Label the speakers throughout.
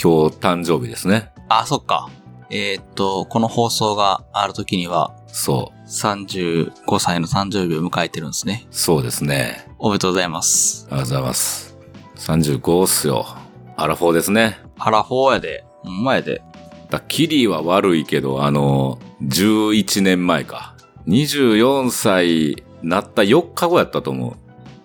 Speaker 1: 今日誕生日ですね。
Speaker 2: あ、そっか。えーっと、この放送がある時には、
Speaker 1: そう。
Speaker 2: 35歳の誕生日を迎えてるんですね。
Speaker 1: そうですね。
Speaker 2: おめでとうございます。
Speaker 1: ありがとうございます。35っすよ。アラフォーですね。
Speaker 2: アラフォーやで。ほんまやで。
Speaker 1: だキリは悪いけど、あの、11年前か。24歳なった4日後やったと思う。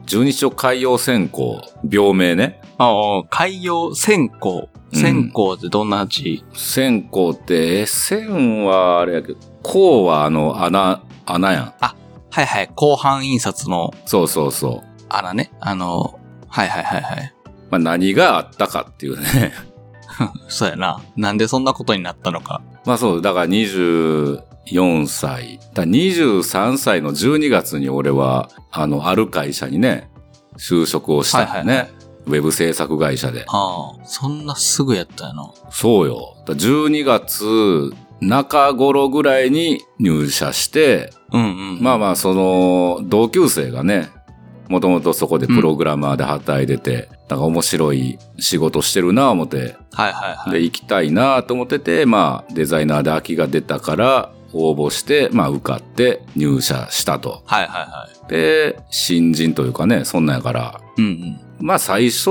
Speaker 1: 十二所海洋専攻、病名ね。
Speaker 2: ああ、海洋線香。
Speaker 1: うん
Speaker 2: 線香ってどんな字、
Speaker 1: 専攻って、え専はあれやけど、校はあの、穴、穴やん。
Speaker 2: はいはい、後半印刷の
Speaker 1: そうそうそう。
Speaker 2: 穴ね。あの、はいはいはいはい。
Speaker 1: まあ、何があったかっていうね。
Speaker 2: そうやな。なんでそんなことになったのか。
Speaker 1: まあそう、だから24歳。だから23歳の12月に俺は、あの、ある会社にね、就職をしたよね。
Speaker 2: はいはい
Speaker 1: ウェブ制作会社で。
Speaker 2: ああ、そんなすぐやったやな。
Speaker 1: そうよ。だから12月中頃ぐらいに入社して、
Speaker 2: うんうん。
Speaker 1: まあまあその、同級生がね、もともとそこでプログラマーで働いてて、なんか面白い仕事してるなぁ思って、
Speaker 2: はいはいはい。
Speaker 1: で、行きたいなぁと思ってて、まあ、デザイナーで空きが出たから、応募して、まあ、受かって入社したと。
Speaker 2: はいはいはい。
Speaker 1: で、新人というかね、そんなんやから、
Speaker 2: うんうん。
Speaker 1: まあ、最初、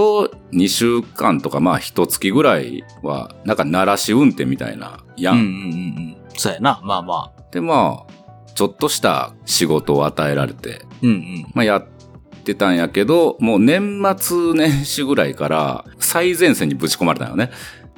Speaker 1: 2週間とか、まあ、1月ぐらいは、なんか、鳴らし運転みたいな、や
Speaker 2: うん
Speaker 1: ん。
Speaker 2: うんうんうん。そうやな。まあまあ。
Speaker 1: で、まあ、ちょっとした仕事を与えられて、
Speaker 2: うんうん。
Speaker 1: まあ、やってたんやけど、もう年末年始ぐらいから、最前線にぶち込まれたんよね。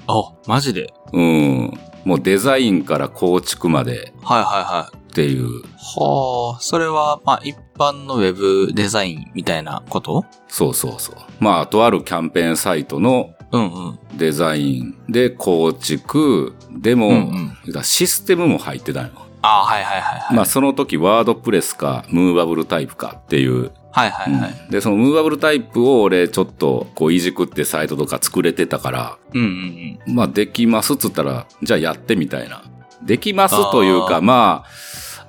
Speaker 2: あ、マジで。
Speaker 1: うん。もうデザインから構築まで
Speaker 2: はいはいはい。
Speaker 1: っていう、
Speaker 2: はあ、それは、まあ、一般のウェブデザインみたいなこと
Speaker 1: そうそうそう。まあ、とあるキャンペーンサイトの
Speaker 2: うんうん。
Speaker 1: デザインで構築、でも、
Speaker 2: うんうん。
Speaker 1: だからシステムも入ってたんよ。
Speaker 2: ああ、はいはいはいはい。
Speaker 1: まあ、その時、ワードプレスか、ムーバブルタイプかっていう。
Speaker 2: はいはいはい。
Speaker 1: で、そのムーバブルタイプを俺、ちょっと、こう、いじくってサイトとか作れてたから、
Speaker 2: うんうんうん。
Speaker 1: まあ、できますっつったら、じゃあやってみたいな。できますというか、
Speaker 2: あー
Speaker 1: ま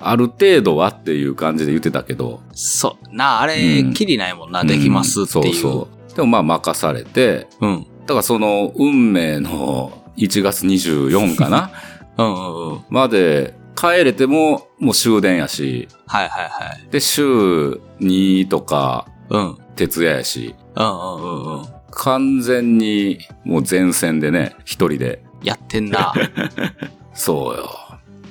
Speaker 1: あ、ある程度はっていう感じで言ってたけど。
Speaker 2: そう。なあ、あれ、
Speaker 1: うん
Speaker 2: きりないもんな、できますってい
Speaker 1: ん
Speaker 2: う。
Speaker 1: そうそう。でもまあ、任されて、
Speaker 2: う。うん。
Speaker 1: だからその運命の1月24か な
Speaker 2: うんうんうん。
Speaker 1: まで帰れてももう終電やし、
Speaker 2: はいはいはい。
Speaker 1: で、週2とか
Speaker 2: うん。うん
Speaker 1: 徹夜やし、
Speaker 2: うんうんうん。
Speaker 1: 完全にもう前線でね、一人で。
Speaker 2: やってん な。
Speaker 1: そうよ。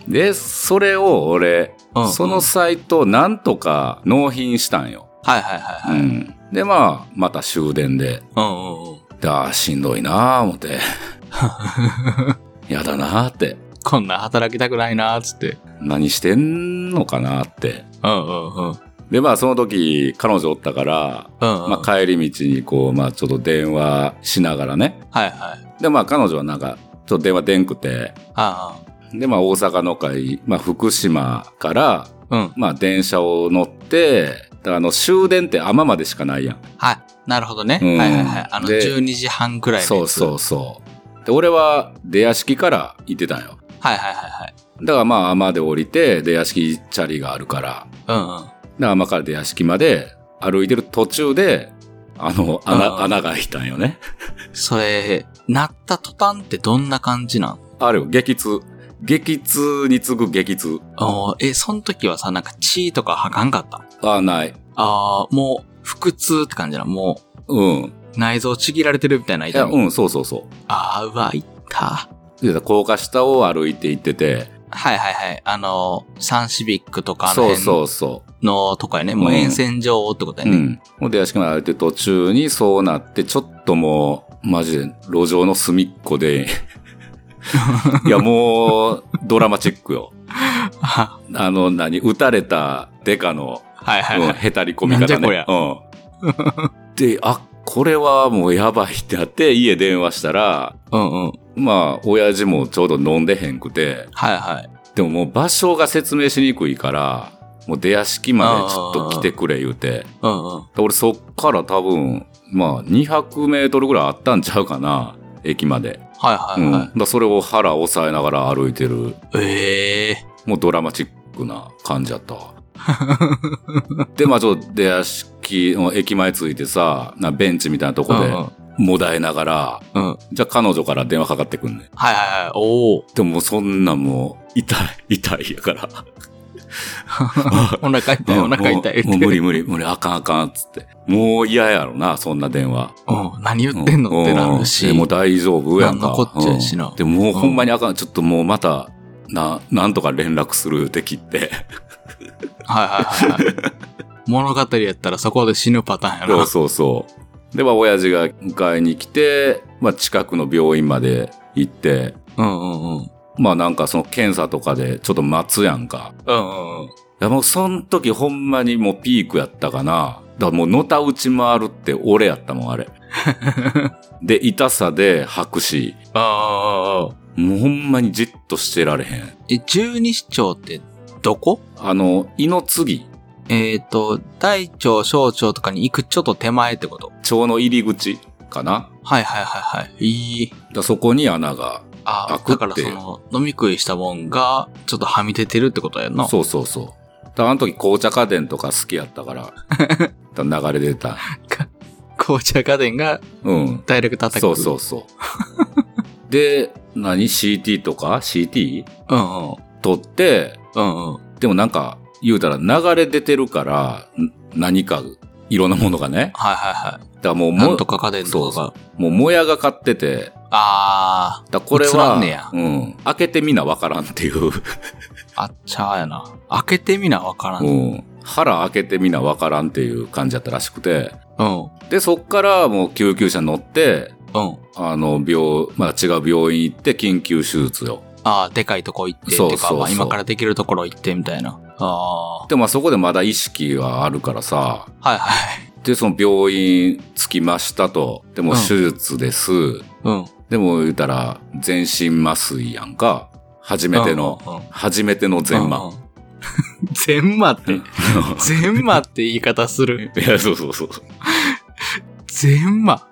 Speaker 1: で、それを俺、
Speaker 2: うんうん
Speaker 1: そのサイトをなんとか納品したんよ。
Speaker 2: はいはいはいはい。
Speaker 1: うんで、まあ、また終電で、
Speaker 2: うんうんうん。
Speaker 1: だーしんどいなー思 って。やだなーって。
Speaker 2: こんなん働きたくないな、つって。
Speaker 1: 何してんのかなって。
Speaker 2: うんうんうん。うんうん。
Speaker 1: で、まあ、その時、彼女おったから、まあ、帰り道に、こう、まあ、ちょっと電話しながらね。
Speaker 2: はいはい。
Speaker 1: で、まあ、彼女はなんか、ちょっと電話でんくて、
Speaker 2: あ
Speaker 1: で、まあ、大阪の会、まあ、福島から、
Speaker 2: あ。うん。
Speaker 1: まあ、電車を乗って、あの、終電って天までしかないやん。
Speaker 2: はい。なるほどね。
Speaker 1: うん
Speaker 2: はいはいはい。あの、
Speaker 1: で
Speaker 2: 12時半くらいのやつ
Speaker 1: そうそうそう。で、俺は出屋敷から行ってたんよ。
Speaker 2: はいはいはいはい。
Speaker 1: だからまあ、天で降りて、出屋敷チャリがあるから、
Speaker 2: うんうん。
Speaker 1: で、天から出屋敷まで歩いてる途中で、あの、
Speaker 2: あ
Speaker 1: 穴、
Speaker 2: ー
Speaker 1: 穴が開いたんよね。
Speaker 2: それ、鳴った途端ってどんな感じなん
Speaker 1: あれよ、激痛。激痛に次ぐ激痛。
Speaker 2: おーえ、その時はさ、なんか血とか吐かんかった
Speaker 1: あーない。
Speaker 2: あー、もう、腹痛って感じな。も
Speaker 1: うん。
Speaker 2: う、内臓ちぎられてるみたいない
Speaker 1: や、
Speaker 2: 痛み。
Speaker 1: うん、そうそうそ
Speaker 2: あー、うわ、いった。
Speaker 1: う。で、高架下を歩いて行ってて、
Speaker 2: はいはいはい。あのー、サンシビックとかあの
Speaker 1: そう
Speaker 2: 辺
Speaker 1: そうそ
Speaker 2: のとこやね。もう沿線上ってこと
Speaker 1: う。
Speaker 2: や
Speaker 1: う
Speaker 2: ね。
Speaker 1: ん。ほんで、屋敷まで歩いてる途中にそうなって、ちょっともう、マジで、路上の隅っこ で、いや、もう、ドラマチックよ。
Speaker 2: あ
Speaker 1: あの、何、撃たれたデカの、
Speaker 2: はいはいは
Speaker 1: う
Speaker 2: い。
Speaker 1: ん、へたり込み方ね。
Speaker 2: なんじゃこりゃ
Speaker 1: うん。で、あ、これはもうやばいってなって、家電話したら、
Speaker 2: うんうん。
Speaker 1: まあ、親父もちょうど飲んでへんくて、
Speaker 2: はいはい。
Speaker 1: でももう場所が説明しにくいから、もう出屋敷までちょっと来てくれ言うて、
Speaker 2: うんうん。
Speaker 1: で俺そっから多分、まあ、200メートルぐらいあったんちゃうかな、駅まで。
Speaker 2: はいは
Speaker 1: う
Speaker 2: い
Speaker 1: ん。
Speaker 2: は
Speaker 1: だからそれを腹押さえながら歩いてる
Speaker 2: い。ええ
Speaker 1: もうドラマチックな感じやったわ。 で、まあちょっと出屋敷の駅前着いてさ、なベンチみたいなとこで、
Speaker 2: うんうん
Speaker 1: もだえながら、
Speaker 2: うん。はい
Speaker 1: じゃあ彼女から電話かかってくんね。
Speaker 2: はいはい。おお。
Speaker 1: でもそんなんもう、痛い、痛いやから。
Speaker 2: お腹痛い、 お腹痛い。
Speaker 1: もうもう無理無理無理、あかんあかん、つって。もう嫌やろな、そんな電話。
Speaker 2: うん。何言ってんのってなるし。
Speaker 1: うんでもう大丈夫やんか。
Speaker 2: なんのこっちゃやしな
Speaker 1: うんでももうほんまにあかん、ちょっともうまた、な、なんとか連絡するって切って。
Speaker 2: はいはいはいはい。物語やったらそこで死ぬパターンやな。
Speaker 1: そうそうそう。で、まあ、親父が迎えに来て、まあ、近くの病院まで行って、
Speaker 2: うんうんうん。
Speaker 1: まあ、なんかその検査とかでちょっと待つやんか。
Speaker 2: うんうんうん。
Speaker 1: いや、もうその時ほんまにもうピークやったかな。だからもうのたうち回るって俺やったもん、あれ。で、痛さで白し、
Speaker 2: あああああ。
Speaker 1: もうほんまにじっとしてられへん。
Speaker 2: え、十二指腸ってどこ
Speaker 1: あの、胃の次、
Speaker 2: えっ、と、大腸、小腸とかに行くちょっと手前ってこと
Speaker 1: 腸の入り口かな。
Speaker 2: はいはいはいはい。いい。
Speaker 1: だからそこに穴が。
Speaker 2: あ
Speaker 1: 開くって
Speaker 2: だからその、飲み食いしたもんが、ちょっとはみ出てるってことやんな。
Speaker 1: そうそうそう。だからあの時紅茶家電とか好きやった から、だから流れ出た。
Speaker 2: 紅茶家電が
Speaker 1: うん。
Speaker 2: ダイレクトアタック。
Speaker 1: そうそうそう。で、何 ?CT とか ?CT?
Speaker 2: う。うんうん。
Speaker 1: 取って、
Speaker 2: うんうん。
Speaker 1: でもなんか、言うたら流れ出てるから、ん何か、いろんなものがね。
Speaker 2: はいはいは
Speaker 1: だからもう
Speaker 2: い。
Speaker 1: も、
Speaker 2: なんとか家電
Speaker 1: そ
Speaker 2: と
Speaker 1: う
Speaker 2: か
Speaker 1: そ
Speaker 2: が。
Speaker 1: う。もう、もやがかってて、
Speaker 2: あ
Speaker 1: だからこれ
Speaker 2: 映ら
Speaker 1: は、
Speaker 2: んねや
Speaker 1: うん。開けてみなわからんって いう。
Speaker 2: ー、あっちゃーやな。開けてみなわからん。
Speaker 1: う
Speaker 2: うん。
Speaker 1: ん。腹開けてみなわからんっていう感じだったらしくて。
Speaker 2: うん。
Speaker 1: で、そっからもう救急車乗って、あの、病、まあ、違う病院行って緊急手術よ。
Speaker 2: ああ、でかいとこ行って、って
Speaker 1: そう
Speaker 2: いうか、
Speaker 1: そう
Speaker 2: まあ
Speaker 1: そう
Speaker 2: 今からできるところ行ってみたいな。ああ。
Speaker 1: で、まあ、そこでまだ意識はあるからさ。
Speaker 2: はいはい。
Speaker 1: で、その病院着きましたと。でも
Speaker 2: うん
Speaker 1: 手術です。
Speaker 2: うん。
Speaker 1: でも言うたら、全身麻酔やんか。初めての、
Speaker 2: うんうんうん
Speaker 1: 初めての全麻。。
Speaker 2: 全麻って、全麻って言い方する。
Speaker 1: いや、そうそうそう。
Speaker 2: 全麻。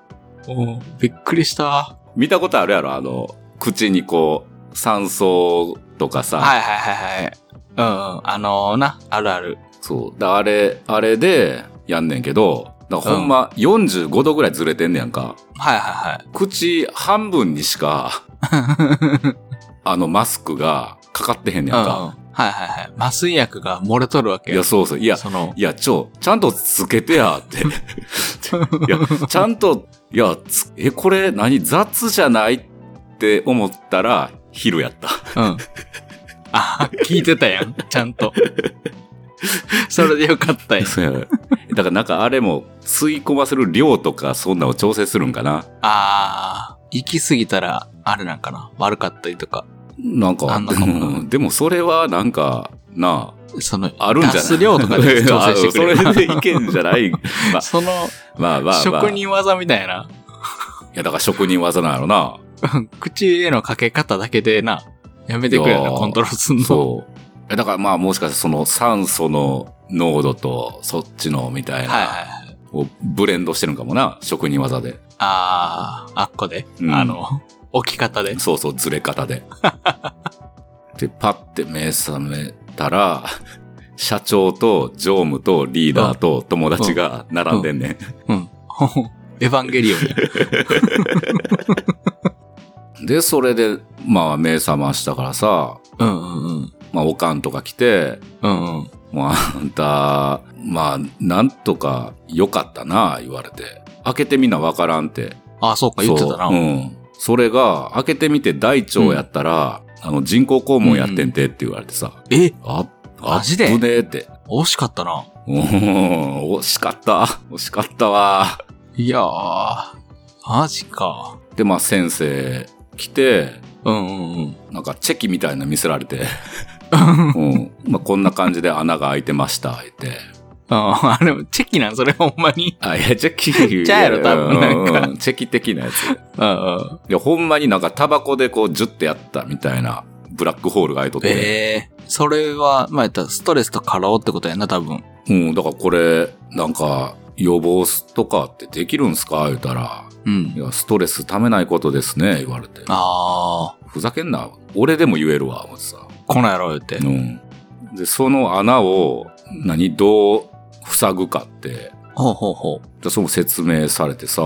Speaker 2: おうびっくりした。は
Speaker 1: 見たことあるやろあの、口にこう、酸素とかさ。
Speaker 2: いはいはいはい。うんうん。あのー、な、あるある。
Speaker 1: そう。だあれ、あれで、やんねんけど、だほんま45度ぐらいずれてんねやんか。
Speaker 2: はいはい
Speaker 1: 口半分にしか、
Speaker 2: はい。
Speaker 1: あのマスクがかかってへんね
Speaker 2: う
Speaker 1: や
Speaker 2: んうんん。
Speaker 1: か。
Speaker 2: はいはいはい。麻酔薬が漏れとるわけ
Speaker 1: いや、そうそう。いや、
Speaker 2: その、
Speaker 1: いや、ちょ、ちゃんとつけてや、って。い や、ちゃんと、いや、つえ、これ何雑じゃないって思ったら、昼やった。
Speaker 2: うん。あ、聞いてたやん。ちゃんと。それでよかったやん。
Speaker 1: そう やだからなんかあれも、吸い込ませる量とか、そんなのを調整するんかな
Speaker 2: あー、行き過ぎたら、あれなんかな。悪かったりとか。
Speaker 1: なんか、
Speaker 2: あんのかもな
Speaker 1: うんでもそれはなんか、な
Speaker 2: その、
Speaker 1: あ、あるんじゃない
Speaker 2: 出す量とかで調整してくれ
Speaker 1: い
Speaker 2: る
Speaker 1: や あそれでいけんじゃない
Speaker 2: その、
Speaker 1: まあまあまあ。
Speaker 2: 職人技みたいな。
Speaker 1: いや、だから職人技なんやろ な。
Speaker 2: 口へのかけ方だけでな、やめてくれ
Speaker 1: いや
Speaker 2: な、
Speaker 1: ー
Speaker 2: コントロールすんの。
Speaker 1: そう。えだからまあもしかしてその酸素の濃度とそっちのみたい
Speaker 2: はい
Speaker 1: な、
Speaker 2: はいはい。
Speaker 1: をブレンドしてるんかもな、職人技で。
Speaker 2: あー、あっこで、
Speaker 1: うん
Speaker 2: あの、置き方で。
Speaker 1: そうそう、ずれ方 で。で、パッて目覚めたら、社長と常務とリーダーと友達が並んでんねん。
Speaker 2: うん。 ほほエヴァンゲリオンや。
Speaker 1: で、それで、まあ目覚ましたからさ、
Speaker 2: うんうんうん。
Speaker 1: まあおかんとか来て、
Speaker 2: うんうん。
Speaker 1: もうあんた、まあ、なんとか良かったな、言われて。開けてみなわからんって。
Speaker 2: あー、そうか、言ってたな。
Speaker 1: そううん。それが、開けてみて大腸やったら、あの、人工肛門やってんてって言われてさ。
Speaker 2: え、
Speaker 1: あ、あ
Speaker 2: マジで
Speaker 1: ぶねえって。
Speaker 2: 惜しかったな。
Speaker 1: うん、惜しかった。惜しかったわ。
Speaker 2: いやー、マジか。
Speaker 1: で、まあ、先生来て、
Speaker 2: うんうんうん。
Speaker 1: なんかチェキみたいなの見せられて。うん。まあ、こんな感じで穴が開いてました、言って。
Speaker 2: あー、あれも、チェキなん、それほんまに。
Speaker 1: あ、いや、チェキ。
Speaker 2: ちゃうやろ多分なんか
Speaker 1: ううチェキ的なやつ。
Speaker 2: うんうん。
Speaker 1: いや、ほんまになんかタバコでこう、ジュッてやったみたいな、ブラックホールが開いとって。
Speaker 2: ええそれは、まあ、言ったらストレスと過労ってことやな、多分。
Speaker 1: うん、だからこれ、なんか、予防とかってできるんすか言うたら、
Speaker 2: うん
Speaker 1: い。や、ストレスためないことですね、言われて。
Speaker 2: あ
Speaker 1: ふざけんな。俺でも言えるわ、思ってさ。
Speaker 2: ー、この野郎言って
Speaker 1: う。ん。で、その穴を、何、どう塞ぐかって、
Speaker 2: ほうほうほう。
Speaker 1: でその説明されてさ、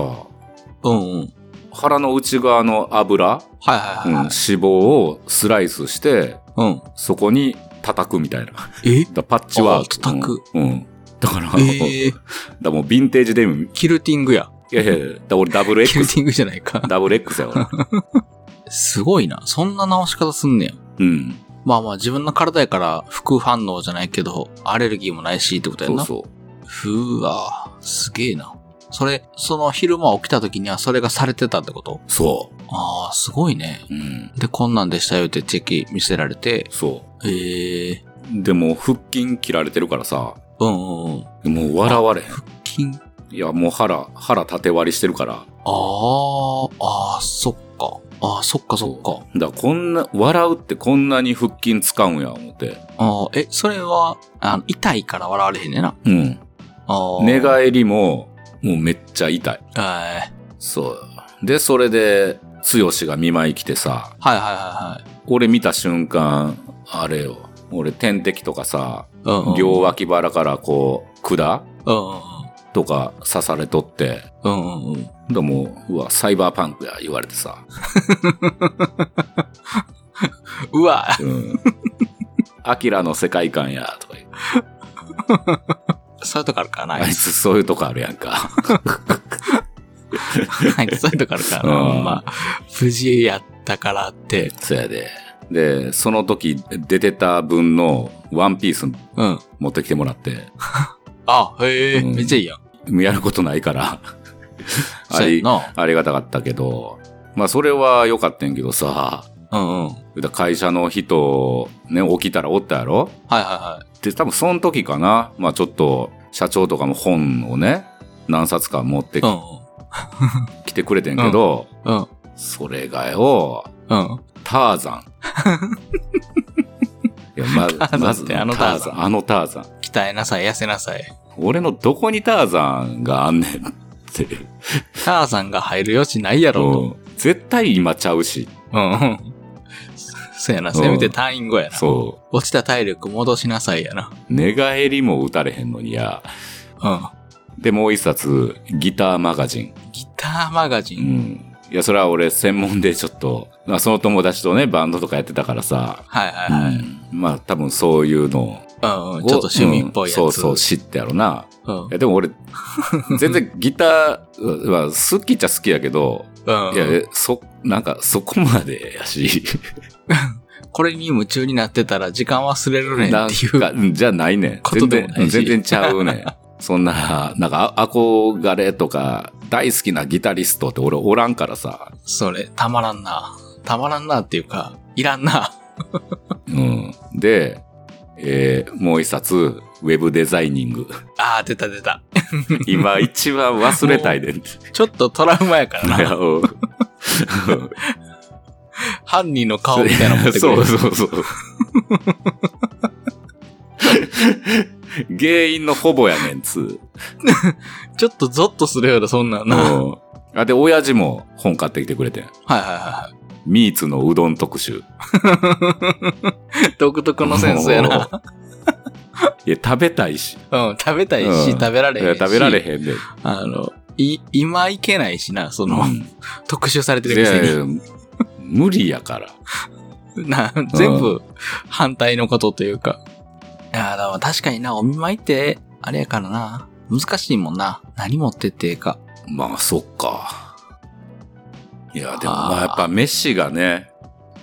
Speaker 2: うんうん。
Speaker 1: 腹の内側の油、
Speaker 2: はい
Speaker 1: うん
Speaker 2: はい
Speaker 1: 脂
Speaker 2: はい。
Speaker 1: 肪をスライスして、
Speaker 2: うん。
Speaker 1: そこに叩くみたいな。だか
Speaker 2: え
Speaker 1: らパッチワーク。
Speaker 2: あ叩く
Speaker 1: うん。うんだ から、
Speaker 2: えー、
Speaker 1: だからもうヴィンテージデニム。
Speaker 2: キルティングや。
Speaker 1: いやいやいやだから俺ダブル
Speaker 2: キル
Speaker 1: X。
Speaker 2: ティングじゃないか。
Speaker 1: ダブル X や わ。
Speaker 2: すごいな。そんな直し方すんねや。
Speaker 1: うん。
Speaker 2: まあまあ自分の体やから副反応じゃないけど、アレルギーもないしってことや
Speaker 1: そ
Speaker 2: な。
Speaker 1: うそう。
Speaker 2: ふうわすげえな。それ、その昼間起きた時にはそれがされてたってこと
Speaker 1: そ
Speaker 2: ああ、すごいね。
Speaker 1: う。うん。
Speaker 2: で、こんなんでしたよってチェキ見せられて、
Speaker 1: そ
Speaker 2: ええ
Speaker 1: う。でも腹筋切られてるからさ、
Speaker 2: うんうんうん。
Speaker 1: もう笑われへん。
Speaker 2: 金、あ
Speaker 1: いや、もう腹、腹縦割りしてるから。
Speaker 2: あ、ああ、そっか。ああ、そっかそっか。
Speaker 1: だからこんな、笑うってこんなに腹筋使うんや、思って。
Speaker 2: ああ、え、それは、あの痛いから笑われへんねんな。
Speaker 1: うん。
Speaker 2: ああ。
Speaker 1: 寝
Speaker 2: え
Speaker 1: 返りも、もうめっちゃ痛い。
Speaker 2: えはい
Speaker 1: そう。で、それで、剛が見舞い来てさ、
Speaker 2: はいはいはい。
Speaker 1: 俺見た瞬間、あれよ。俺点滴とかさ、
Speaker 2: うんうん、
Speaker 1: 両脇腹からこう、管
Speaker 2: うん
Speaker 1: とか刺されとって、
Speaker 2: うんうん。うんうんうん。
Speaker 1: でもう、うわ、サイバーパンクや、言われてさ。
Speaker 2: うわ
Speaker 1: うん。アキラの世界観や、とか言う
Speaker 2: そういうとこあるからな。
Speaker 1: あいつそういうとこあるやんか。
Speaker 2: あいつそういうとこあるからな。
Speaker 1: うん
Speaker 2: まあ、無事やったからって。
Speaker 1: そやで。で、その時出てた分のワンピース
Speaker 2: うん。
Speaker 1: 持ってきてもらって、
Speaker 2: あ、へえ、
Speaker 1: うん
Speaker 2: めっちゃいいやん。
Speaker 1: やることないから、あ
Speaker 2: そうや
Speaker 1: り
Speaker 2: ん、な。
Speaker 1: ありがたかったけど、まあそれは良かったんけどさ、
Speaker 2: うんうん。
Speaker 1: 言うたら会社の人、ね、起きたらおったやろ
Speaker 2: はいは
Speaker 1: で、多分その時かな、まあちょっと社長とかも本をね、何冊か持って
Speaker 2: いはい。う
Speaker 1: きてくれてんけど、
Speaker 2: んうん。
Speaker 1: それがよ、
Speaker 2: うん。うん。
Speaker 1: ターザ ン。いやま
Speaker 2: ターザン
Speaker 1: まず
Speaker 2: ってあのターザン
Speaker 1: あのターザン。
Speaker 2: 鍛えなさい、痩せなさい。
Speaker 1: 俺のどこにターザンがあんねんって。
Speaker 2: ターザンが入る余地ないやろ
Speaker 1: うん絶対今ちゃうし。
Speaker 2: と。うんうん。そうやな、せめて退院後やな。
Speaker 1: そ
Speaker 2: 落ちた体力戻しなさいやな。
Speaker 1: う。寝返りも打たれへんのにや。
Speaker 2: う
Speaker 1: で、もう一冊、ギターマガジン。
Speaker 2: ん。ギターマガジ
Speaker 1: う
Speaker 2: ン。
Speaker 1: ん。いや、それは俺専門でちょっと、まあ、その友達とね、バンドとかやってたからさ。
Speaker 2: はいはいはい。
Speaker 1: うんまあ、多分そういうの
Speaker 2: うん
Speaker 1: を
Speaker 2: うん。ちょっと趣味っぽいやつ。
Speaker 1: うんそうそう、知ってやろな。
Speaker 2: うん。う
Speaker 1: い。
Speaker 2: ん
Speaker 1: や、でも 俺、全然ギターうん、まあ、好きっちゃ好きやけど、いや、えそ、なんかそこまでやし、
Speaker 2: これに夢中になってたら時間忘れるねん
Speaker 1: な
Speaker 2: っ
Speaker 1: ん
Speaker 2: ていう。
Speaker 1: か、うんじゃないねん。
Speaker 2: こと
Speaker 1: 全
Speaker 2: でも
Speaker 1: 然
Speaker 2: ないし、
Speaker 1: 全然ちゃうねん。そんな、なんか、あ憧れとか、大好きなギタリストって俺おらんからさ、
Speaker 2: それ、たまらんな。たまらんなっていうか、いらんな。
Speaker 1: うん。で、えーもう一冊、ウェブデザイニン グ。
Speaker 2: ああ、出た出た。
Speaker 1: 今一番忘れたいねんって。
Speaker 2: ちょっとトラウマやから
Speaker 1: いや
Speaker 2: な。
Speaker 1: うん
Speaker 2: 犯人の顔みたいなの持って く
Speaker 1: そう
Speaker 2: る。
Speaker 1: そうそう。原因のほぼやねんつう。
Speaker 2: ちょっとゾッとするような、そんなん な。はいは
Speaker 1: うんあ、で、親父も本買ってきてくれてん。
Speaker 2: いはいは
Speaker 1: ミーツのうどん特集。
Speaker 2: い。独特のセンスやな。
Speaker 1: いや、食べたいし。
Speaker 2: うん、食べたいし、
Speaker 1: うん
Speaker 2: 食べら
Speaker 1: い
Speaker 2: れへん
Speaker 1: や
Speaker 2: し。
Speaker 1: 食べられへんで。
Speaker 2: あの、い、今いけないしな、その、
Speaker 1: うん
Speaker 2: 特集されてる
Speaker 1: い
Speaker 2: く
Speaker 1: やい
Speaker 2: せ
Speaker 1: や無理やから。
Speaker 2: に。 な、全部、反対のことというか。いや、でも確かにな、お見舞いって、あれやからな。難しいもんな。何持ってってええか。
Speaker 1: まあ、そっか。いや、でも
Speaker 2: あー
Speaker 1: まあ、やっぱ飯がね、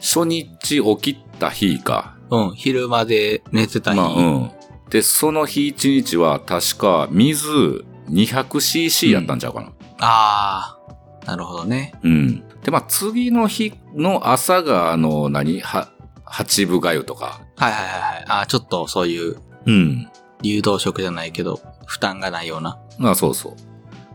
Speaker 1: 初日起きた日か。
Speaker 2: うん、昼間で寝てた日。
Speaker 1: まあ、うん。で、その日一日は確か水 200cc やったんちゃうかな。
Speaker 2: ああ、なるほどね。
Speaker 1: うん。で、まあ、次の日の朝が、あの、何は、八分粥とか。
Speaker 2: はいはいはいはい。ああ、ちょっとそういう
Speaker 1: うん。
Speaker 2: 流動食じゃないけど、負担がないような。
Speaker 1: まあ、そうそう。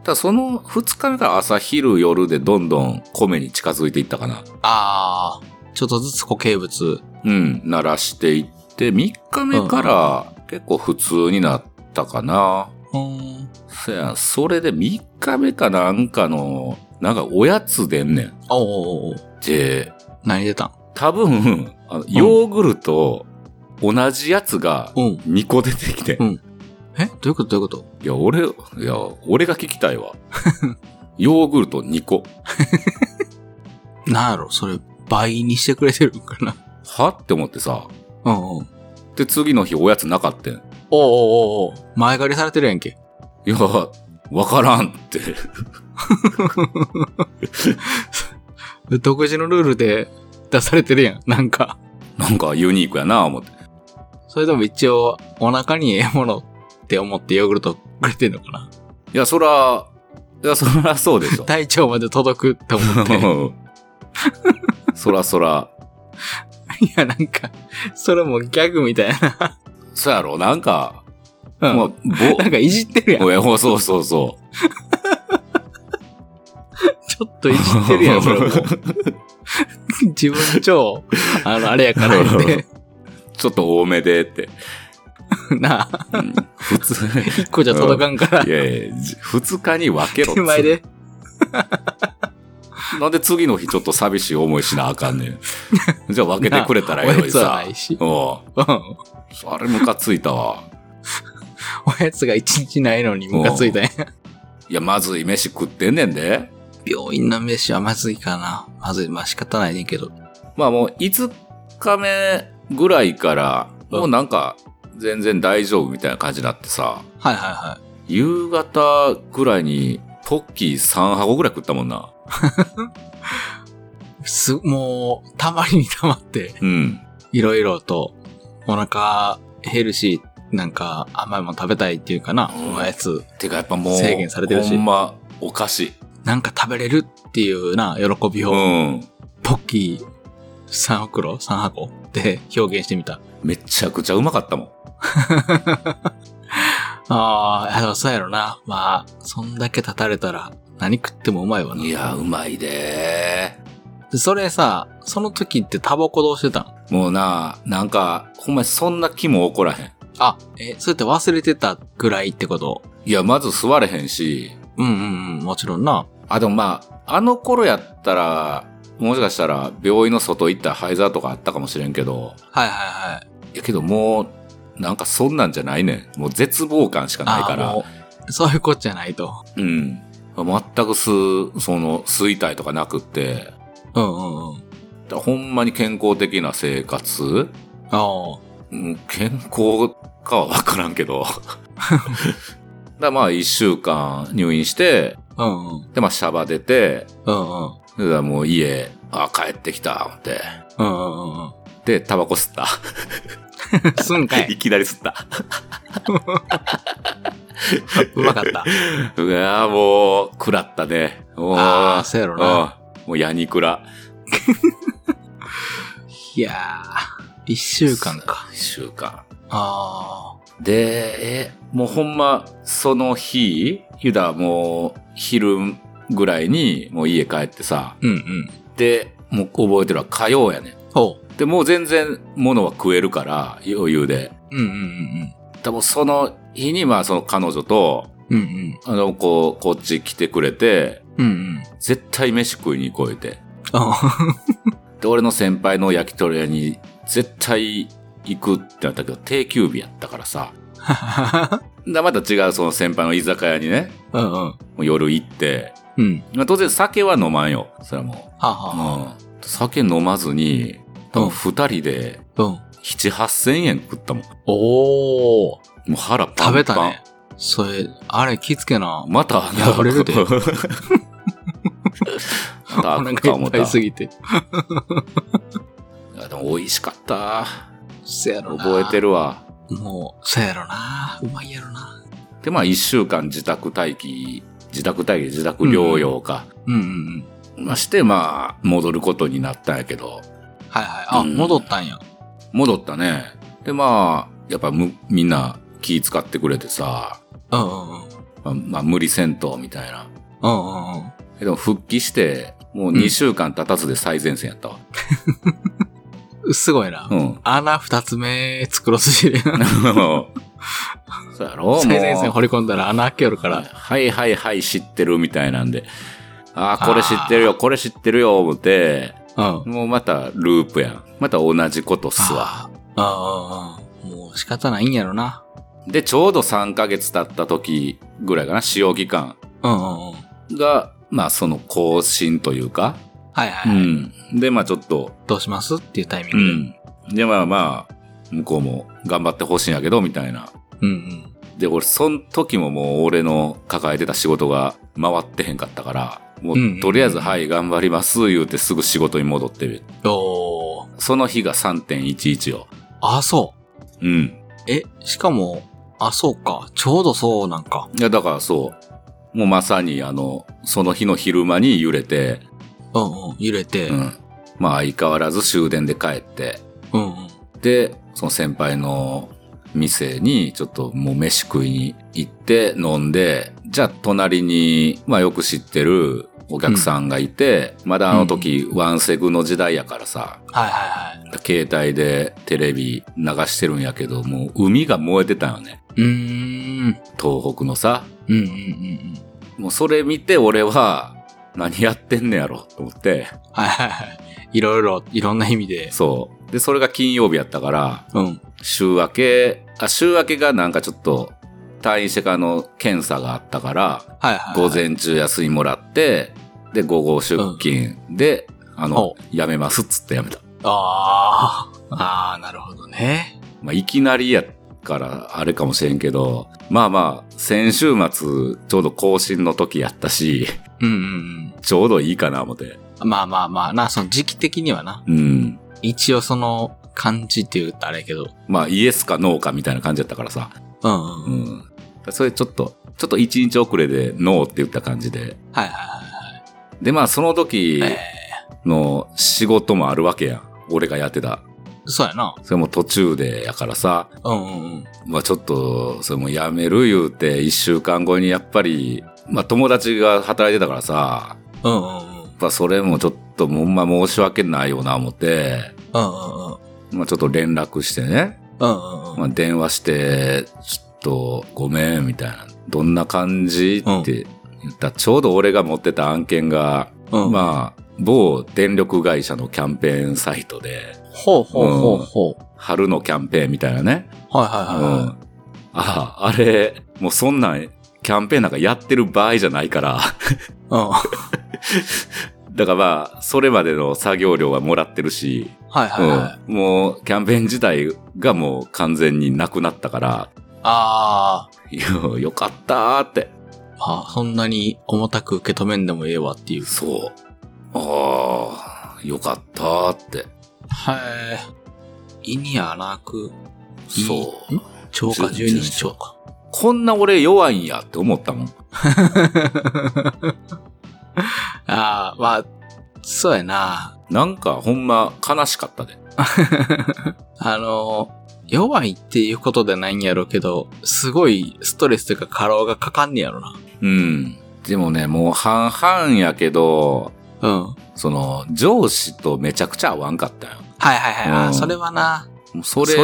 Speaker 1: ただ、その二日目から朝、昼、夜でどんどん米に近づいていったかな。
Speaker 2: ああ、ちょっとずつ固形物。
Speaker 1: うん。鳴らしていって、三日目から結構普通になったかな。
Speaker 2: うん。
Speaker 1: そや、それで三日目かなんかの、なんかおやつでんねん。
Speaker 2: おうおうおう
Speaker 1: で、
Speaker 2: 何出たん
Speaker 1: 多分、あのヨーグルト、同じやつが
Speaker 2: うん。
Speaker 1: 2個出てきて。
Speaker 2: うんえどういうことどういうこと
Speaker 1: いや、俺、いや、俺が聞きたいわ。ヨーグルト2個。
Speaker 2: なんやろ、それ、倍にしてくれてるんかな。
Speaker 1: はって思ってさ。
Speaker 2: うんうん。おう
Speaker 1: で、次の日おやつなかったん。い
Speaker 2: おうおうおう前借りされてるやんけ。
Speaker 1: や、わからんって。
Speaker 2: 独自のルールで 出されてるやん。なんか。
Speaker 1: なんかユニークやな思って。
Speaker 2: それでも一応、お腹にええものって思ってヨーグルトくれてんのかな。
Speaker 1: いや、そら、いや、そらそう でしょ。
Speaker 2: 体調まで届くって思って。
Speaker 1: うんそらそら。
Speaker 2: いや、なんか、それもギャグみたい
Speaker 1: そうやろなんか、
Speaker 2: な。
Speaker 1: まあ、
Speaker 2: なんかいじってるやん。ち
Speaker 1: ぼ、おやそうそうそう。
Speaker 2: ょっといじってる やん、それも 自分超、あの、あれや から言って。
Speaker 1: ちょっと多めでって。
Speaker 2: なあ、
Speaker 1: うん普 通、
Speaker 2: 一個じゃ届かんから
Speaker 1: い、やいや、じ二日に分けろっ
Speaker 2: 手
Speaker 1: つ
Speaker 2: 前で。
Speaker 1: なんで次の日ちょっと寂しい思いしなあかんねん。じゃあ分けてくれたら
Speaker 2: お
Speaker 1: ええの
Speaker 2: や
Speaker 1: に
Speaker 2: つは
Speaker 1: さ
Speaker 2: な。いし。
Speaker 1: お
Speaker 2: うん
Speaker 1: あれムカついたわ。
Speaker 2: おやつが一日ないのにムカついたんや。
Speaker 1: いや、まずい飯食ってんねんで。
Speaker 2: 病院の飯はまずいかな。まずい。まあ仕方ないねんけど。
Speaker 1: まあもう5日目ぐらいから、もうなんか全然大丈夫みたいな感じになってさ、
Speaker 2: はいはいは
Speaker 1: 夕方ぐらいにポッキー3箱ぐらい食ったもんな。
Speaker 2: い。す、もう、たまりにたまって、
Speaker 1: うん。
Speaker 2: いろいろと、お腹、ヘルシー、なんか、甘いもん食べたいっていうかな、
Speaker 1: うん
Speaker 2: おやつ。
Speaker 1: てかやっぱもう、
Speaker 2: 制限されてるし
Speaker 1: ほんま、お菓子。
Speaker 2: なんか食べれるっていうな、喜び
Speaker 1: う
Speaker 2: を、
Speaker 1: ん。
Speaker 2: ポッキー3袋 ?3 箱で表現してみた。
Speaker 1: めちゃくちゃうまかったもん。
Speaker 2: ああ、でもそうやろな。まあ、そんだけ立たれたら、何食ってもうまいわな。
Speaker 1: いや、うまいで
Speaker 2: でそれさ、その時ってタバコどうしてたん
Speaker 1: もうな、なんか、ほんまにそんな気も起こらへん。
Speaker 2: あ、え、そうやって忘れてたぐらいってこと
Speaker 1: いや、まず座れへんし、
Speaker 2: うんうんうん、もちろんな。
Speaker 1: あ、でもまあ、あの頃やったら、もしかしたら病院の外行ったら灰皿とかあったかもしれんけど、
Speaker 2: はいはいはい。
Speaker 1: いやけどもう、なんかそんなんじゃないねん。もう絶望感しかないか
Speaker 2: あー
Speaker 1: ら。
Speaker 2: もうそういうことじゃないと。
Speaker 1: うん。全くす、その、衰退とかなくって、
Speaker 2: うんうんうん。
Speaker 1: ほんまに健康的な生活
Speaker 2: ああ。
Speaker 1: うん健康かはわからんけど。だ からまあ一週間入院して、
Speaker 2: うんうん。
Speaker 1: でまあシャバ出て、
Speaker 2: うんうん。
Speaker 1: でだからもう家、あ、帰ってきた、思って。
Speaker 2: うんうんうん
Speaker 1: で、タバコ吸った。
Speaker 2: うん。すんかい。
Speaker 1: いきなり吸った。
Speaker 2: うまかった。
Speaker 1: うわーもう、食らったね。もう
Speaker 2: ああ、そうやろな。
Speaker 1: うんもう、ヤニクラ。
Speaker 2: いやー、一週間か。。
Speaker 1: 一週間。
Speaker 2: あ
Speaker 1: で、え、もうほんま、その日、ゆだもう、昼ぐらいに、もう家帰ってさ、
Speaker 2: ー。うんうん。
Speaker 1: で、もう覚えてるわ、火曜やね。
Speaker 2: ほう。
Speaker 1: で、もう全然、物は食えるから、余裕で。
Speaker 2: うんうんうん
Speaker 1: でもその日に、まあ、その彼女と、
Speaker 2: うん。うんうん。
Speaker 1: あの、こう、こっち来てくれて、
Speaker 2: うんうん。
Speaker 1: 絶対飯食いに行こう言うて。
Speaker 2: あ
Speaker 1: で、俺の先輩の焼き鳥屋に絶対行くってなったけど、定休日やったからさ。
Speaker 2: あ。
Speaker 1: で、また違うその先輩の居酒屋にね、
Speaker 2: うんうん。
Speaker 1: もう夜行って、
Speaker 2: うん。
Speaker 1: まあ、当然酒は飲まんよ。それはも
Speaker 2: はあ
Speaker 1: う。
Speaker 2: は
Speaker 1: うん。酒飲まずに、多分二人で
Speaker 2: あ。うん。
Speaker 1: 七八千円食ったもん。
Speaker 2: おー。
Speaker 1: もう腹パンパン。
Speaker 2: 食べたね。。それ、あれ、気付けな。
Speaker 1: また、
Speaker 2: 破れる で
Speaker 1: また開
Speaker 2: お腹
Speaker 1: く か思
Speaker 2: いっ
Speaker 1: っ
Speaker 2: ぱ
Speaker 1: た。
Speaker 2: いす
Speaker 1: い
Speaker 2: ぎて。
Speaker 1: やでも美味しかった。
Speaker 2: そやろな。
Speaker 1: 覚えてるわ。
Speaker 2: もう、そやろな。うまいやろな。
Speaker 1: で、まあ、一週間自宅待機、自宅待機、自宅療養か。
Speaker 2: うんうんうん。
Speaker 1: まあ、して、まあ、戻ることになったんやけど、
Speaker 2: はいはい。あ、
Speaker 1: うん
Speaker 2: 戻ったんや。
Speaker 1: 戻ったね。で、まあ、やっぱむ、みんな気使ってくれてさ、
Speaker 2: うんうんうん。
Speaker 1: まあ、まあ無理せんと、みたいな。
Speaker 2: うんうんうん。
Speaker 1: えでも、復帰して、もう2週間経たずで最前線やったわ。
Speaker 2: すごいな。
Speaker 1: うん。
Speaker 2: 穴二つ目作ろうとしてる。
Speaker 1: そうやろ
Speaker 2: 最前線
Speaker 1: もう
Speaker 2: 掘り込んだら穴開けよるか
Speaker 1: から、
Speaker 2: ら。
Speaker 1: はいはいはい、知ってる、みたいなんで。ああ、これ知ってるよ、これ知ってるよ、思って、
Speaker 2: うん。
Speaker 1: もうまたループやん。また同じことっすわ。
Speaker 2: あああ、もう仕方ないんやろな。
Speaker 1: で、ちょうど3ヶ月経った時ぐらいかな、使用期間
Speaker 2: うんうんうん。
Speaker 1: がまあその更新というか、
Speaker 2: はいはい、
Speaker 1: う
Speaker 2: はい
Speaker 1: ん。で、まあちょっと、
Speaker 2: どうしますっていうタイミ
Speaker 1: う
Speaker 2: ングで。
Speaker 1: ん。で、まあまあ、向こうも頑張ってほしいんやけど、みたいな。
Speaker 2: うんうん。
Speaker 1: で、俺、その時ももう俺の抱えてた仕事が回ってへんかったから、も
Speaker 2: うんうんう
Speaker 1: う、
Speaker 2: ん
Speaker 1: とりあえず、はい、頑張ります、言うてすぐ仕事に戻って、
Speaker 2: おー。
Speaker 1: その日が3.11よ。
Speaker 2: あ、そう。
Speaker 1: うん。
Speaker 2: え、しかも、あ、そうか。ちょうどそうなんか。
Speaker 1: いや、だからそう。もうまさに、あの、その日の昼間に揺れて、
Speaker 2: うんうん。揺れて。
Speaker 1: う
Speaker 2: うん
Speaker 1: ん。まあ、相変わらず終電で帰って、
Speaker 2: うん。
Speaker 1: で、その先輩の店に、ちょっともう飯食いに行って飲んで、じゃあ隣に、まあよく知ってるお客さんがいて、まだあの時、ワンセグの時代やからさ、
Speaker 2: はいはいはい。
Speaker 1: 携帯でテレビ流してるんやけど、もう海が燃えてたよね。
Speaker 2: うーん。
Speaker 1: 東北のさ。
Speaker 2: うんうんうんうん。
Speaker 1: もうそれ見て俺は、何やってんねやろと思って、
Speaker 2: はいはいはい。いろいろ、いろんな意味で。
Speaker 1: そう。で、それが金曜日やったから、
Speaker 2: うん。
Speaker 1: 週明け、あ、週明けがなんかちょっと、退院してからの検査があったから、
Speaker 2: はいはい。
Speaker 1: 午。前中休みもらって、で、午後出勤で、あの
Speaker 2: ほ、
Speaker 1: 辞めますっつって辞めた。
Speaker 2: あー。あー、なるほどね。
Speaker 1: まあ、いきなりやから、あれかもしれんけど、まあまあ、先週末、ちょうど更新の時やったし、
Speaker 2: うんうん
Speaker 1: ちょうどいいかな思って。
Speaker 2: うん。まあまあまあ、な、その時期的にはな。
Speaker 1: うん。
Speaker 2: 一応その感じって言うとあれやけど。
Speaker 1: まあ、イエスかノーかみたいな感じやったからさ。
Speaker 2: うんうん。
Speaker 1: う
Speaker 2: うん、
Speaker 1: ん。それちょっと、ちょっと一日遅れでノーって言った感じで。
Speaker 2: はいはいは
Speaker 1: で、まあその時
Speaker 2: い。え
Speaker 1: の仕事もあるわけやん。俺がやってた。
Speaker 2: ー、そうやな。
Speaker 1: それも途中でやからさ、
Speaker 2: うんうんうん。
Speaker 1: まあちょっと、それもやめる言うて、一週間後にやっぱり、まあ友達が働いてたからさ、
Speaker 2: うんうんうん。
Speaker 1: まあそれもちょっとほんま申し訳ないよな思って、
Speaker 2: うんうんうん。
Speaker 1: まあちょっと連絡してね、
Speaker 2: うんうんうん。
Speaker 1: まあ電話して、ちょっとごめんみたいな。どんな感じ
Speaker 2: うん
Speaker 1: って言ったら、ちょうど俺が持ってた案件が、
Speaker 2: うん、
Speaker 1: まあ、某電力会社のキャンペーンサイトで、
Speaker 2: ほうほうほうほう。
Speaker 1: 春のキャンペーンみたいなね。
Speaker 2: はい
Speaker 1: うん。
Speaker 2: はいはい。
Speaker 1: ああ、あれ、もうそんなん、キャンペーンなんかやってる場合じゃない から。
Speaker 2: うん。はい
Speaker 1: だからまあ、それまでの作業量はもらってるし、
Speaker 2: はいはい。
Speaker 1: うん、もう、キャンペーン自体がもう完全になくなったから、
Speaker 2: あ
Speaker 1: いやよかったーって。
Speaker 2: ー、まあ、そんなに重たく受け止めんでもええわっていう。
Speaker 1: そう。ああ、よかったーって。
Speaker 2: はい。意にはなく、
Speaker 1: そう。
Speaker 2: ん超
Speaker 1: 十二
Speaker 2: 過十二
Speaker 1: 指
Speaker 2: 指超過。
Speaker 1: こんな俺弱いんやって思ったもん。
Speaker 2: あー、まあ、そうやな。
Speaker 1: なんかほんま悲しかったで。
Speaker 2: あの、弱いっていうことではないんやろうけど、すごいストレスというか過労がかかんねやろな。
Speaker 1: うん。でもね、もう半々やけど、
Speaker 2: うん。はい
Speaker 1: その、上司とめちゃくちゃ合わんかったよ。
Speaker 2: はいはい。あ
Speaker 1: う
Speaker 2: ー
Speaker 1: ん
Speaker 2: それはな。
Speaker 1: もうそれ、
Speaker 2: そ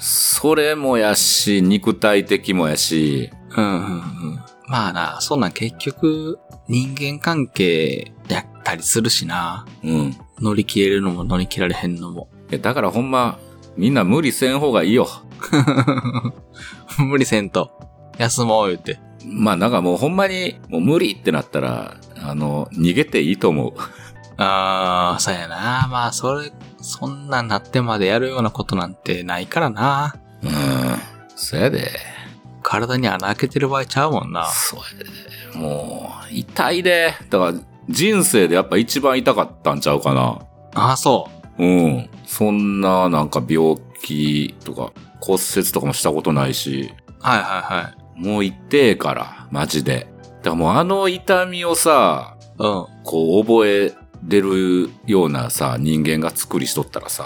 Speaker 1: それ
Speaker 2: れは
Speaker 1: もやし、肉体的もやし、
Speaker 2: うんうんうん。まあな、そんなん結局、人間関係やったりするしな。
Speaker 1: うん。い
Speaker 2: 乗り切れるのも乗り切られへんのも。
Speaker 1: やだからほんま、みんな無理せん方がいいよ。
Speaker 2: 無理せんと。休もう言って。
Speaker 1: まあなんかもうほんまに、もう無理ってなったら、あの、逃げていいと思う。
Speaker 2: あー、そうやな。まあ、それ、そんなんなってまでやるようなことなんてないからな。
Speaker 1: うん。そやで。
Speaker 2: 体に穴開けてる場合ちゃうもんな。
Speaker 1: そやで。もう、痛いで。だから、人生でやっぱ一番痛かったんちゃうかな。
Speaker 2: あー、そう。
Speaker 1: うん。そんな、なんか病気とか骨折とかもしたことないし、
Speaker 2: はいはいはい。
Speaker 1: もう痛えから、マジで。だからもうあの痛みをさ、
Speaker 2: うん。
Speaker 1: こう覚えれるようなさ、人間が作りしとったらさ、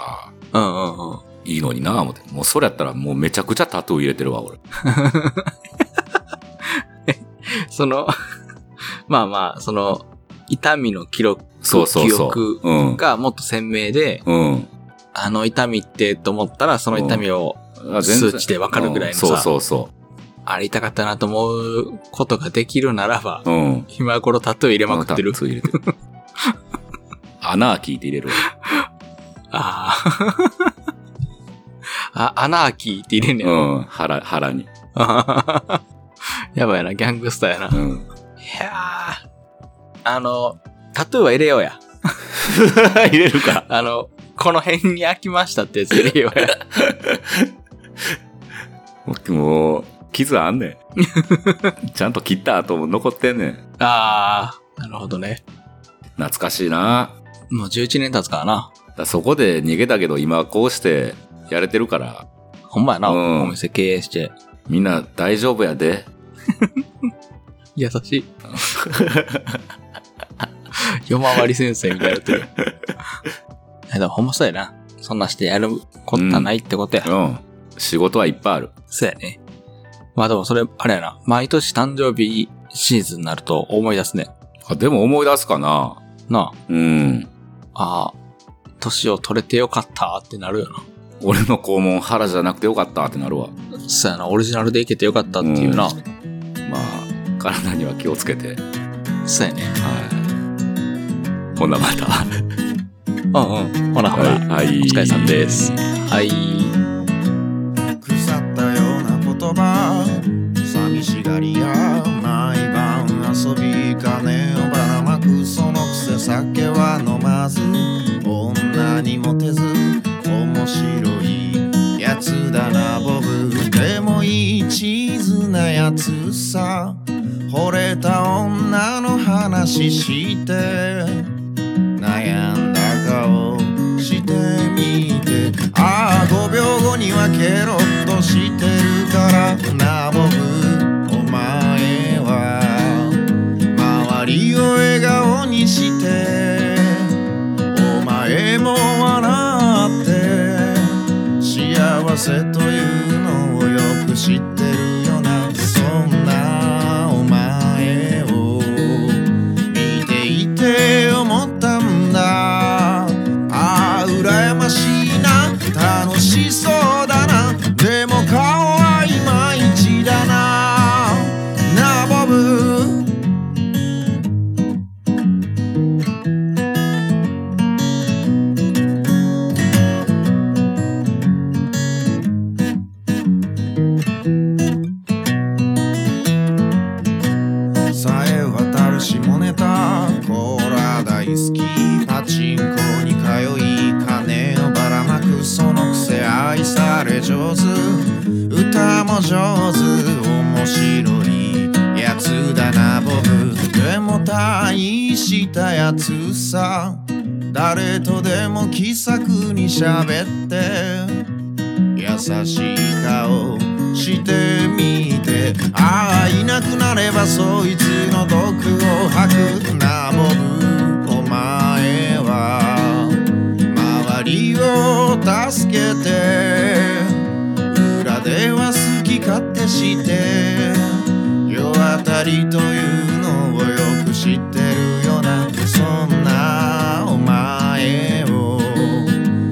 Speaker 2: うんうんうん。
Speaker 1: いいのになぁ思って。もうそれやったらもうめちゃくちゃタトゥー入れてるわ、俺。
Speaker 2: その、 まあまあ、その、痛みの記録、
Speaker 1: そうそうそう。
Speaker 2: 記憶
Speaker 1: うん。
Speaker 2: がもっと鮮明で、
Speaker 1: うん。
Speaker 2: あの痛みってと思ったら、その痛みを、
Speaker 1: あ
Speaker 2: 数値でわかるぐらいのさ
Speaker 1: うんそうそうそ
Speaker 2: あれ痛かったなと思うことができるならば、
Speaker 1: う。うん。
Speaker 2: 今頃タトゥー入れまくってる
Speaker 1: タ。トゥー入れてる。 穴開きって入れるわ。
Speaker 2: あー あ。アナーキーって入れんねや。
Speaker 1: うん。腹、腹に。
Speaker 2: やばいな、ギャングスターやな。い
Speaker 1: うん。
Speaker 2: やー。あの、タトゥーは入れようや。
Speaker 1: 入れるか。
Speaker 2: あの、この辺に飽きましたってやつ入れようや。
Speaker 1: もう、傷あんね ん。ちゃんと切った後も残ってんねん。
Speaker 2: ああ、なるほどね。
Speaker 1: 懐かしいな。
Speaker 2: もう11年経つからな。
Speaker 1: だからそこで逃げたけど、今こうしてやれてるから、
Speaker 2: ほんまやな、
Speaker 1: うん
Speaker 2: お店経営して。
Speaker 1: みんな大丈夫やで。
Speaker 2: 優しい。 夜回り先生みたいになってる。いやでもほんまそうやな。そんなんしてやることはないってことや。
Speaker 1: うん。仕事はいっぱいある。
Speaker 2: そうやね。まあでもそれ、あれやな。毎年誕生日シーズンになると思い出すね。
Speaker 1: あでも思い出すかな。
Speaker 2: な
Speaker 1: うん。
Speaker 2: あ、ああ、年を取れてよかったってなるよな。
Speaker 1: 俺の肛門腹じゃなくてよかったってなるわ。
Speaker 2: そうやな、オリジナルでいけてよかったっていうな。
Speaker 1: まあ、体には気をつけて。
Speaker 2: そうやね。
Speaker 1: はい。ほなまた。
Speaker 2: うんうん。ほらほら。
Speaker 1: はい。
Speaker 2: お疲れさんです。はい
Speaker 3: 腐ったような言葉寂しがりや毎晩遊び金をばらまくそのくせ酒は飲まず女にモテず面白いやつだなボブでもいいチーズなやつさ惚れた女の話して悩んだ顔してみてああ5秒後にはケロッとしてるからな僕お前は周りを笑顔にしてお前も笑って幸せというのをよく知ってるよなそんなお前を見ていて思ったんだああ羨ましいな楽しそうだなでも顔はいまいちだななあボブさえ渡る下ネタコーラ大好きパチンコに通い金をばらまくそのくせ愛され上手歌も上手面白いやつだな僕でも大したやつさ誰とでも気さくに喋って優しい顔してみてああいなくなればそいつの毒を吐くなボブお前は周りを助けて裏では好き勝手して世当たりというのをよく知ってるよなそんなお前を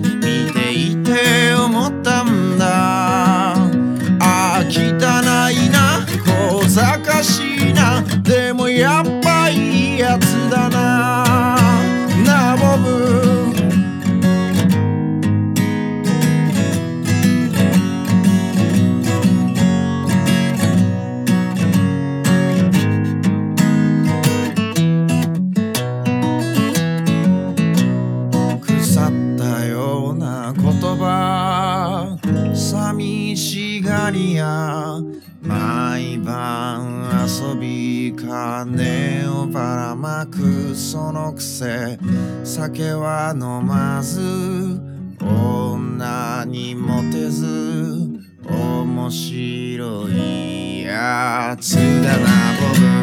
Speaker 3: 見ていて思ったんだああ汚いな小賢しいなでもやっぱいいやつだななあボブ腐ったような言葉寂しがりや毎晩遊び金をばらまくそのくせ酒は飲まず女にモテず面白いやつだな僕